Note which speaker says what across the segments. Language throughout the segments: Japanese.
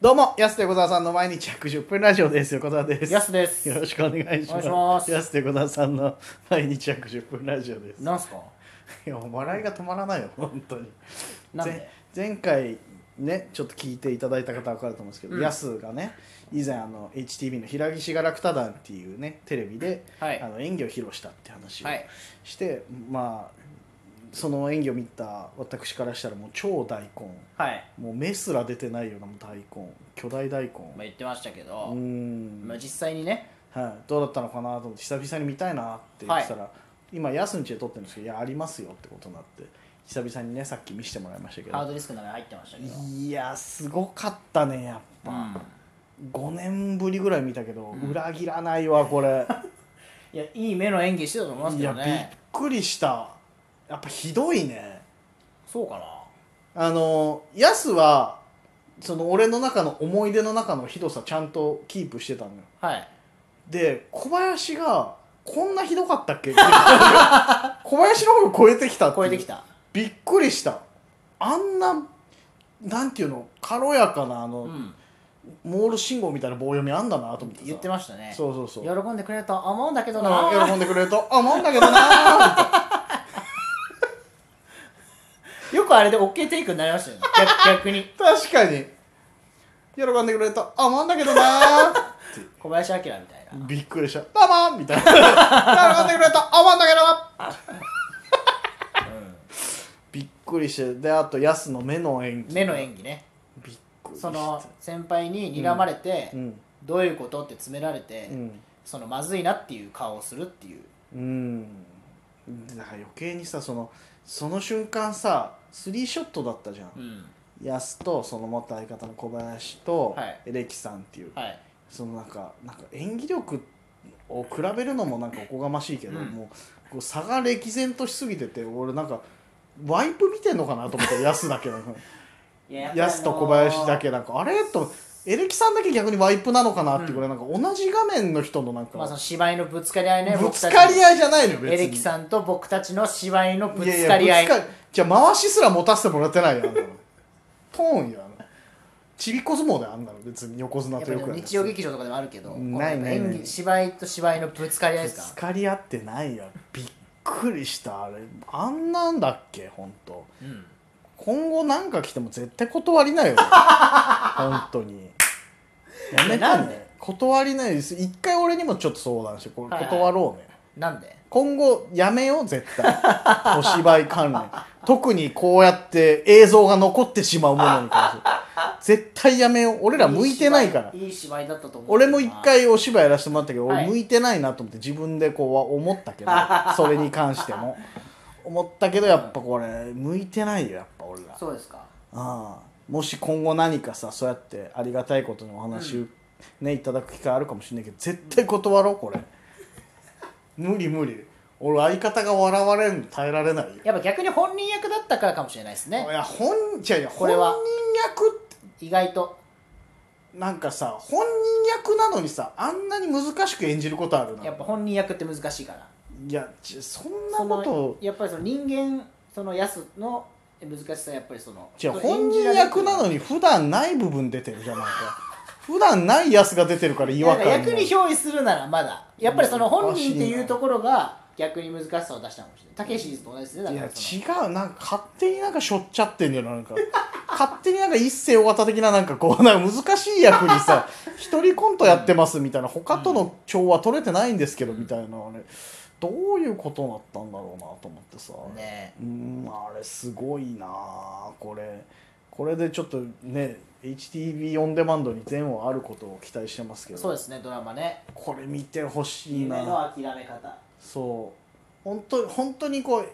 Speaker 1: どうも、やすと横澤さんの毎日約10分ラジオです。横澤です。
Speaker 2: やすです
Speaker 1: よろしくお願いします。
Speaker 2: お願いします
Speaker 1: やすと横澤さんの毎日約10分ラジオです。
Speaker 2: なんすか
Speaker 1: いや、もう笑いが止まらないよ、本当に。
Speaker 2: なん
Speaker 1: ぜ
Speaker 2: で
Speaker 1: 前回ねちょっと聞いていただいた方は分かると思うんですけど、
Speaker 2: うん
Speaker 1: ヤスがね以前あの HTV の「平岸が楽多団」っていうねテレビで、
Speaker 2: はい
Speaker 1: あの演技を披露したって話を
Speaker 2: はい
Speaker 1: して、まあその演技を見た私からしたらもう超大根
Speaker 2: はい、
Speaker 1: もう目すら出てないようなもう大根巨大大根、
Speaker 2: まあ、言ってましたけど、
Speaker 1: うーん、
Speaker 2: まあ、実際にね
Speaker 1: はい、どうだったのかなと思って久々に見たいなって言ってたら、今ヤスんちで撮ってるんですけどいやありますよってことになって久々にねさっき見せてもらいましたけど
Speaker 2: ハードディスクの中に入ってましたけど、
Speaker 1: いやすごかったねやっ
Speaker 2: う
Speaker 1: ぱ、
Speaker 2: ん
Speaker 1: 5年ぶりぐらい見たけど、裏切らないわこれ
Speaker 2: いやいい目の演技してたと思い ます
Speaker 1: い
Speaker 2: け
Speaker 1: や
Speaker 2: ど
Speaker 1: び
Speaker 2: ね
Speaker 1: っくりしたやっぱひどいね
Speaker 2: そうかな
Speaker 1: あのヤスはその俺の中の思い出の中のひどさちゃんとキープしてたのよ
Speaker 2: はい
Speaker 1: で小林がこんなひどかったっけ 小林の方が超えてきたっていう
Speaker 2: 超えてきた
Speaker 1: びっくりしたあんななんていうの軽やかなあの、
Speaker 2: うん
Speaker 1: モール信号みたいな棒読みあんだなと思ってさ
Speaker 2: 言ってましたね
Speaker 1: そうそうそう
Speaker 2: 喜んでくれると思うんだけどな
Speaker 1: うん喜んでくれるとあもんだけどなー
Speaker 2: よくあれで OK テイクになりまし たよね逆逆に
Speaker 1: 確か に喜んでくれるとあもんだけどなーって
Speaker 2: 小林明みたいな
Speaker 1: びっくりした「どうも!」みたいな喜んでくれるとあもんだけどなびっくりしてであとヤスの目の演技
Speaker 2: 目の演技ね
Speaker 1: びっくりした
Speaker 2: その先輩に睨まれて、
Speaker 1: うん
Speaker 2: どういうことって詰められて、
Speaker 1: うん
Speaker 2: そのまずいなっていう顔をするっていう
Speaker 1: うんだから余計にさそのその瞬間さスリーショットだったじゃん、
Speaker 2: うん
Speaker 1: ヤスとその元相方の小林と
Speaker 2: はい
Speaker 1: レキさんっていう、
Speaker 2: はい
Speaker 1: そのなんかなんか演技力を比べるのもなんかおこがましいけど、
Speaker 2: うん
Speaker 1: もうこう差が歴然としすぎてて俺なんかワイプ見てんのかなと思ってヤス だけなの
Speaker 2: いや
Speaker 1: ヤスと小林だけなんかあれとエレキさんだけ逆にワイプなのかなっていうぐらいなんか同じ画面の人のなんか、
Speaker 2: まあその芝居のぶつかり合いね
Speaker 1: ぶつかり
Speaker 2: い
Speaker 1: 合いじゃないのよ別に
Speaker 2: エレキさんと僕たちの芝居のぶ
Speaker 1: いやい
Speaker 2: つ
Speaker 1: や
Speaker 2: かり合い
Speaker 1: ぶつかじゃあ回しすら持たせてもらってないよあんなのトーンよあのちびっこ相撲であんなの別に横綱
Speaker 2: やっぱ
Speaker 1: と
Speaker 2: で
Speaker 1: よ
Speaker 2: も
Speaker 1: くやる
Speaker 2: 日曜劇場とかでもあるけど
Speaker 1: ないないない
Speaker 2: 演技芝居と芝居のぶつかり合い
Speaker 1: ぶ
Speaker 2: です
Speaker 1: つ
Speaker 2: か
Speaker 1: かり合ってないよびっくりしたあれあんなんだっけ本当
Speaker 2: うん
Speaker 1: 今後なんか来ても絶対断りな よ本当にやめ
Speaker 2: な
Speaker 1: て
Speaker 2: ん
Speaker 1: ね
Speaker 2: で
Speaker 1: 断りないです一回俺にもちょっと相談してこれ
Speaker 2: はいはい
Speaker 1: 断ろうね、
Speaker 2: なんで
Speaker 1: 今後やめよう絶対 お芝居関連特にこうやって映像が残ってしまうものに関して絶対やめよう俺ら向いてないから
Speaker 2: い芝居いい芝居だったと思う
Speaker 1: 俺も一回お芝居やらせてもらったけど、
Speaker 2: はい
Speaker 1: 俺向いてないなと思って自分でこうは思ったけど それに関しても思ったけどやっぱこれ向いてないよやっぱ俺ら
Speaker 2: そうですか
Speaker 1: ああもし今後何かさそうやってありがたいことにお話を、ねいただく機会あるかもしれないけど絶対断ろうこれ無理無理俺相方が笑われるの耐えられないよ
Speaker 2: やっぱ逆に本人役だったからかもしれないですね
Speaker 1: いや本じゃいや
Speaker 2: こ
Speaker 1: 本
Speaker 2: れ
Speaker 1: 人
Speaker 2: は
Speaker 1: 役って
Speaker 2: 意外と
Speaker 1: なんかさ本人役なのにさあんなに難しく演じることあるな
Speaker 2: やっぱ本人役って難しいから
Speaker 1: いやちそんなこ
Speaker 2: その
Speaker 1: と
Speaker 2: やっぱりその人間その安の難しさはやっぱりその
Speaker 1: 違う本人役なのに普段ない部分出てるじゃんなんか 普段ないやつが出てるから違和
Speaker 2: なん
Speaker 1: 感
Speaker 2: か
Speaker 1: が
Speaker 2: 役に憑依するならまだやっぱりその本人っていうところが逆に難しさを出したかもしれないたけしと同じですねだ
Speaker 1: い
Speaker 2: か
Speaker 1: や
Speaker 2: らそ
Speaker 1: 違
Speaker 2: の
Speaker 1: うなんか勝手になんかしょっちゃってんだよななんか勝手になんか一世尾形的ななんかこうなんか難しい役に さ一人コントやってますみたいな他との調和取れてないんですけどみたいなあれどういうことだったんだろうなと思ってさ、
Speaker 2: ね
Speaker 1: うーんあれすごいなあこれこれでちょっとね HTV オンデマンドに全話あることを期待してますけ
Speaker 2: そう
Speaker 1: ど
Speaker 2: ですねドラマね
Speaker 1: これ見てほしいな
Speaker 2: 夢の諦め方
Speaker 1: そう本当本当にこう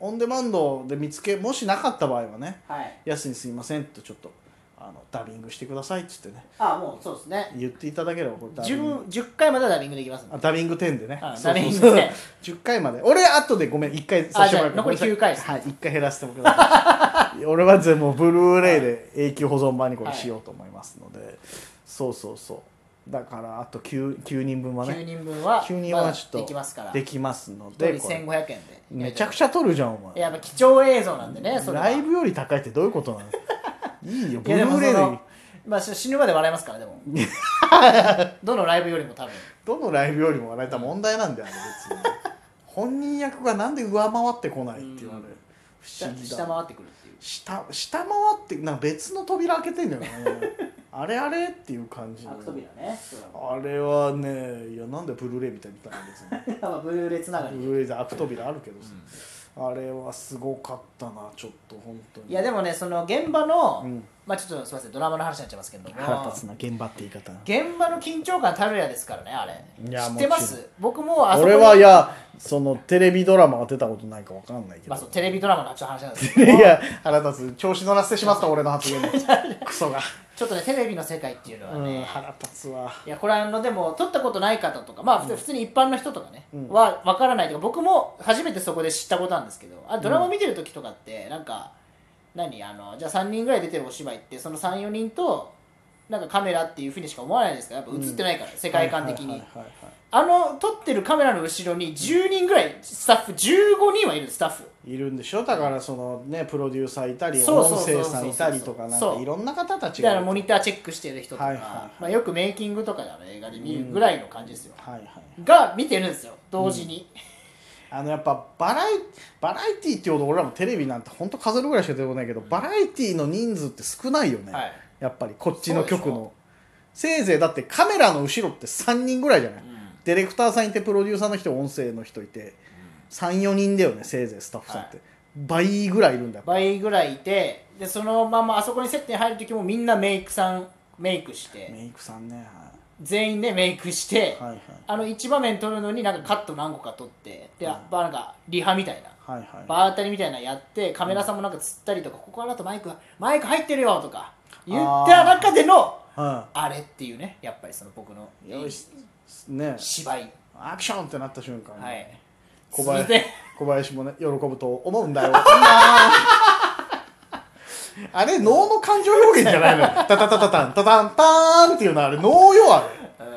Speaker 1: オンデマンドで見つけもしなかった場合はね
Speaker 2: はい
Speaker 1: 「やすにすいません」とちょっとあのダビングしてくださいっつってね
Speaker 2: あもうそうですね
Speaker 1: 言っていただければこれダビング
Speaker 2: 10, 10回まではダビングできますんで
Speaker 1: あダビング10でね
Speaker 2: あ
Speaker 1: そうそうそう
Speaker 2: ダビング10
Speaker 1: 10回まで俺後でごめん1回させてもらうから
Speaker 2: あじゃあ残り9回です
Speaker 1: はい1回減らせてもらう 俺は全部ブルーレイで永久保存版にこれ
Speaker 2: はい
Speaker 1: しようと思いますので、そうそうそうだからあと 9, 9人分はね
Speaker 2: 9人分は
Speaker 1: 9人はちょっと
Speaker 2: まだできますから
Speaker 1: できますの
Speaker 2: 1
Speaker 1: で
Speaker 2: 人
Speaker 1: これ
Speaker 2: 1500円で
Speaker 1: めちゃくちゃ撮るじゃんお
Speaker 2: いや
Speaker 1: 前
Speaker 2: やっぱ貴重映像なんでねそれは
Speaker 1: ライブより高いってどういうことなのいいよ
Speaker 2: い
Speaker 1: ブ
Speaker 2: や
Speaker 1: ル
Speaker 2: でも
Speaker 1: ーレイ
Speaker 2: そ
Speaker 1: で
Speaker 2: のまあし死ぬまで笑いますか らでもどのライブよりも多分
Speaker 1: どのライブよりも笑えた問題なんだよあれ別に本人役がなんで上回ってこないっていうのはね
Speaker 2: うん
Speaker 1: 不
Speaker 2: 下
Speaker 1: 思議
Speaker 2: 下
Speaker 1: だ
Speaker 2: 回ってくるっていう
Speaker 1: 下下回ってなんか別の扉開けてんだよ ねあれあれっていう感じの
Speaker 2: アクトビラねそうだ
Speaker 1: あれはねいやなんでブルーレイみたいに見たの 別に
Speaker 2: ねまあブルーレイつながりで
Speaker 1: ブルーレイで開く扉あるけどさ、あれはすごかったなちょっと本当に
Speaker 2: いやでもねその現場の、
Speaker 1: うん
Speaker 2: まあちょっとすみませんドラマの話になっちゃいますけども
Speaker 1: 腹立つな現場って言い方
Speaker 2: 現場の緊張感たるやですからねあれ
Speaker 1: いや
Speaker 2: 知ってま
Speaker 1: もち
Speaker 2: す僕もあそこに
Speaker 1: 俺はいやそのテレビドラマが出たことないかわかんないけど、
Speaker 2: まあそうテレビドラマのちょっと話なんですけど
Speaker 1: いや腹立つ調子乗らせてしまった俺の発 言クソが、
Speaker 2: ちょっとねテレビの世界っていうのは
Speaker 1: うん、
Speaker 2: ね、
Speaker 1: 腹立つわ
Speaker 2: いやこれあのでも撮ったことない方とかまあ普通普通に一般の人とかね、
Speaker 1: うん
Speaker 2: は分からないとか僕も初めてそこで知ったことなんですけどあドラマ見てる時とかってなんか、何あのじゃあ3人ぐらい出てるお芝居ってその34人となんかカメラっていうふうにしか思わないですからやっぱ映ってないから、世界観的に、
Speaker 1: はいはいはいは
Speaker 2: あの撮ってるカメラの後ろに10人ぐらいスタッフ15人はいるスタッフ
Speaker 1: いいるんでしょだからそのねプロデューサーいたり
Speaker 2: そうそう
Speaker 1: 音
Speaker 2: そうそう
Speaker 1: 声さんいたりとかなん
Speaker 2: そ
Speaker 1: か
Speaker 2: う
Speaker 1: いろんな方たち
Speaker 2: だ
Speaker 1: が
Speaker 2: か
Speaker 1: いる
Speaker 2: らモニターチェックしてる人とか、
Speaker 1: はいはいはい
Speaker 2: まあ、よくメイキングとかであの映画で見るぐらいの感じですよ、
Speaker 1: はいはい
Speaker 2: が見てるんですよ同時に、
Speaker 1: あのやっぱバラエバラエティーってほど俺らもテレビなんてほんと数えるぐらいしか出てこないけど、バラエティーの人数って少ないよね、
Speaker 2: はい
Speaker 1: やっぱりこっちの局
Speaker 2: そうでしょ
Speaker 1: のせいぜいだってカメラの後ろって3人ぐらいじゃない、
Speaker 2: うん
Speaker 1: ディレクターさんいてプロデューサーの人音声の人いて34人だよねせいぜいスタッフさんって、倍ぐらいいるんだよ
Speaker 2: 倍ぐらいいてでそのままあそこに接点入る時もみんなメイクさんメイクして
Speaker 1: メイクさんねは
Speaker 2: 全員でメイクして、
Speaker 1: いはいはい
Speaker 2: あの一場面撮るのになんかカット何個か撮ってで、
Speaker 1: うん
Speaker 2: ばなんかリハみたいな
Speaker 1: はいはい
Speaker 2: 場当たりみたいなのやってカメラさんもなんか釣ったりとか、ここからだとマイクマイク入ってるよとか言った中での
Speaker 1: は
Speaker 2: あれっていうねやっぱりその僕の
Speaker 1: いよしね
Speaker 2: 芝居
Speaker 1: アクションってなった瞬間、
Speaker 2: はい
Speaker 1: 小
Speaker 2: 続い
Speaker 1: 林
Speaker 2: て
Speaker 1: 小林もね喜ぶと思うんだよいいなああれ能の感情表現じゃないのよタタタタタンタタンターンっていうのはあれ能よあれ
Speaker 2: う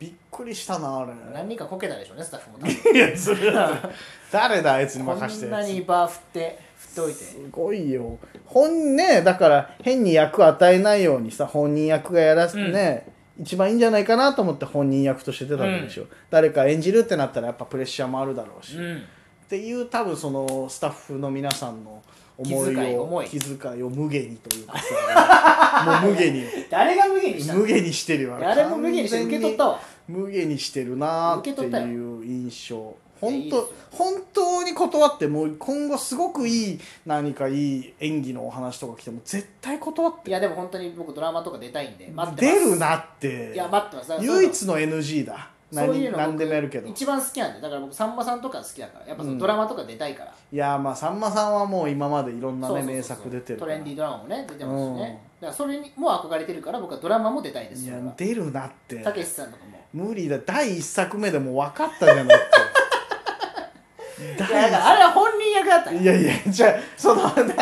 Speaker 1: びっくりしたなあれ
Speaker 2: ん何人かこけたでしょうねスタッフも多分
Speaker 1: いやそれは 誰だあいつに任して
Speaker 2: こんなにバー振って振っておいて
Speaker 1: すごいよ本ねだから変に役与えないようにさ本人役がやらせてね、一番いいんじゃないかなと思って本人役として出たわけでしょ、誰か演じるってなったらやっぱプレッシャーもあるだろうし、っ
Speaker 2: ん
Speaker 1: ていう多分そのスタッフの皆さんの思いを
Speaker 2: 気遣い思い
Speaker 1: 気遣いを無下にというかさもう無 下に
Speaker 2: 誰が無限にしたの
Speaker 1: 無下にしてるよ
Speaker 2: 誰も無限にして受け取ったわ
Speaker 1: 無下にしてるなーって
Speaker 2: 受け取った
Speaker 1: いう印象
Speaker 2: いやい
Speaker 1: 本
Speaker 2: いです
Speaker 1: 当
Speaker 2: よ
Speaker 1: 本当に断ってもう今後すごくいい何かいい演技のお話とか来ても絶対断って
Speaker 2: いやでも本当に僕ドラマとか出たいんで待ってます
Speaker 1: 出るなって
Speaker 2: いや待ってますだからそういう
Speaker 1: 唯
Speaker 2: の
Speaker 1: 一の NG だ
Speaker 2: そうい
Speaker 1: 何
Speaker 2: うの
Speaker 1: 何
Speaker 2: 僕
Speaker 1: でもやるけど
Speaker 2: 一番好きなんでだから僕さんまさんとか好きだからやっぱそのドラマとか出たいから、
Speaker 1: いやまあさんまさんはもう今までいろんな
Speaker 2: そう
Speaker 1: ね
Speaker 2: そうそう
Speaker 1: 名作出てる
Speaker 2: ト
Speaker 1: か
Speaker 2: レ
Speaker 1: ら
Speaker 2: ンディー
Speaker 1: い
Speaker 2: ドラマもね出てますしね、だからそれにも憧れてるから僕はドラマも出たいですよ
Speaker 1: や
Speaker 2: 俺は
Speaker 1: 出るなって
Speaker 2: たけしさんとかも
Speaker 1: 無理だ第一作目でもう分かったじゃないって
Speaker 2: いやだからあれは本人役だった
Speaker 1: いやいや、じゃあ、その、ね、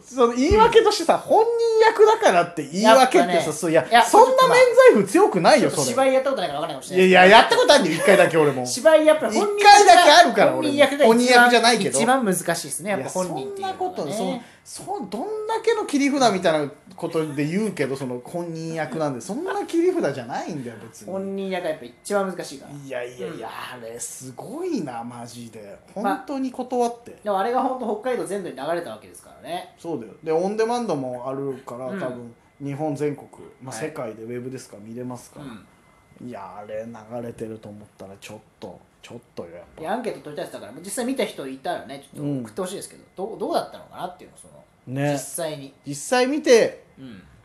Speaker 1: その言い訳としてさ、本人役だからって言い訳って
Speaker 2: やっぱ
Speaker 1: さ、
Speaker 2: ね
Speaker 1: そういや
Speaker 2: いや
Speaker 1: そんな免罪符強くない
Speaker 2: ちょ
Speaker 1: よ、
Speaker 2: っと
Speaker 1: それ。
Speaker 2: 芝居やったことないから分かんないかもしれ
Speaker 1: い
Speaker 2: な
Speaker 1: や
Speaker 2: い
Speaker 1: いや、やったことあるんだよ、一回だけ俺 も。
Speaker 2: 芝居やっぱり本人
Speaker 1: 一回だけあるから
Speaker 2: 本
Speaker 1: 俺も
Speaker 2: 人役が一番
Speaker 1: 本人役じゃないけど
Speaker 2: 一番難しいですねやっ
Speaker 1: い
Speaker 2: ぱ
Speaker 1: や
Speaker 2: 本
Speaker 1: そ
Speaker 2: 人って
Speaker 1: んな
Speaker 2: いうのは、ね、
Speaker 1: こと、そのそうどんだけの切り札みたいなことで言うけど、その本人役なんで、そんな切り札じゃないんだよ、別に。
Speaker 2: 本人役がやっぱ一番難しいから
Speaker 1: いやいやいや、あれ、すごいな、マジで。本当に断って。
Speaker 2: でもあれが本当北海道全土に流れたわけですからね
Speaker 1: そうだよでオンデマンドもあるから、
Speaker 2: うん
Speaker 1: 多分日本全国、まあ、
Speaker 2: はい
Speaker 1: 世界でウェブですから見れます
Speaker 2: う
Speaker 1: から、
Speaker 2: ん
Speaker 1: いやあれ流れてると思ったらちょっとちょっとよやっぱ
Speaker 2: いやアンケート取りたいですだから実際見た人いたらねちょっと送ってほしいですけど、どうどうだったのかなっていうのその、
Speaker 1: ね
Speaker 2: 実際に、
Speaker 1: 実際見て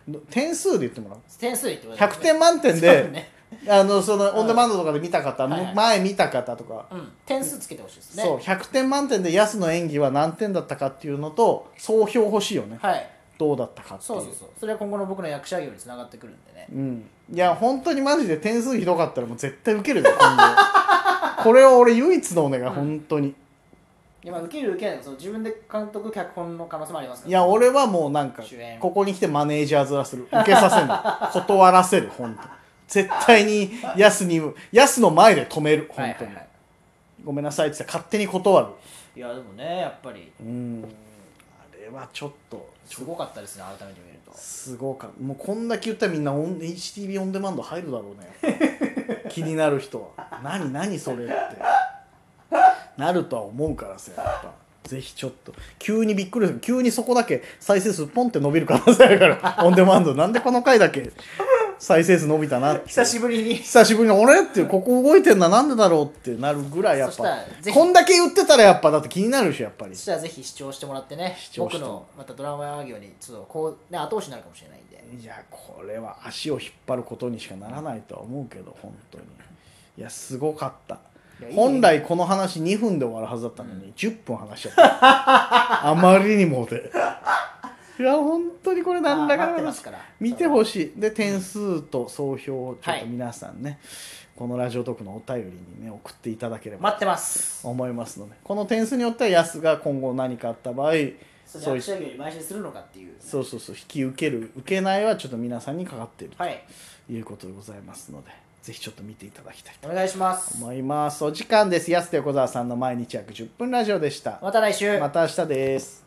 Speaker 2: うん、
Speaker 1: 点数で言ってもらう
Speaker 2: 点数で言ってください
Speaker 1: 100点満点
Speaker 2: そう
Speaker 1: で、
Speaker 2: ね
Speaker 1: あのそのオンデマンドとかで見た方、
Speaker 2: はいはい
Speaker 1: 前見た方とか、
Speaker 2: うん、点数つけてほしいですね
Speaker 1: そう100点満点でヤスの演技は何点だったかっていうのと総評欲しいよね、
Speaker 2: はい
Speaker 1: どうだったかってい
Speaker 2: そうそうそうそれは今後の僕の役者業につながってくるんでね
Speaker 1: うん、いや本当にマジで点数ひどかったらもう絶対受けるで今度 これは俺唯一のお願い本当に
Speaker 2: いやまあ受ける受けないとかその自分で監督脚本の可能性もありますから
Speaker 1: いや俺はもうなんか
Speaker 2: 主演
Speaker 1: ここに来てマネージャーずらする受けさせる断らせる本当絶対にヤスにヤスの前で止める
Speaker 2: は
Speaker 1: 本
Speaker 2: いは
Speaker 1: 当
Speaker 2: い
Speaker 1: に、
Speaker 2: はい
Speaker 1: ごめんなさいって言って勝手に断る
Speaker 2: いやでもねやっぱり
Speaker 1: うんあれはちょっと
Speaker 2: すごかったですね改めて見ると
Speaker 1: すごかもうこんだけ言ったらみんなオン HTV オンデマンド入るだろう ね気になる人は何何それってなるとは思うからさやっぱぜひちょっと急にびっくりする急にそこだけ再生数ポンって伸びる可能性あるからオンデマンドなんでこの回だけ再生数伸びたなって
Speaker 2: 久しぶりに
Speaker 1: 久しぶりに俺ってここ動いてんななんでだろうってなるぐらいやっ
Speaker 2: そした
Speaker 1: ぱ
Speaker 2: らぜひ
Speaker 1: こんだけ言ってたらやっぱだって気になるしやっぱり
Speaker 2: そしたらぜひ視聴してもらってね
Speaker 1: 視聴し
Speaker 2: 僕
Speaker 1: て
Speaker 2: のまたドラマ業にちょっとこう、ね、後押しになるかもしれないんで
Speaker 1: いやこれは足を引っ張ることにしかならないとは思うけど本当にいやすごかった
Speaker 2: いやいいね
Speaker 1: 本来この話2分で終わるはずだったのに、10分話しちゃった あまりにもでいや本当にこれ何ら
Speaker 2: あ
Speaker 1: か
Speaker 2: 待っ
Speaker 1: の
Speaker 2: てま
Speaker 1: 話
Speaker 2: すから
Speaker 1: 見てほ
Speaker 2: しい
Speaker 1: しいで点数と総評をちょっ
Speaker 2: は
Speaker 1: と
Speaker 2: い
Speaker 1: 皆さんね、このラジオトークのお便りにね送っていただければ
Speaker 2: 待ってます
Speaker 1: 思いますのでこの点数によってはヤスが今後何かあった場合
Speaker 2: そう
Speaker 1: そうい
Speaker 2: い
Speaker 1: う
Speaker 2: う仕上げに毎週するのかっていう
Speaker 1: そうそうそう引き受ける受けないはちょっと皆さんにかかっている
Speaker 2: はい
Speaker 1: ということでございますのでぜひちょっと見ていただきたいと
Speaker 2: お願いします
Speaker 1: 思いますお時間です安手小沢さんの毎日約10分ラジオでした
Speaker 2: また来週
Speaker 1: また明日です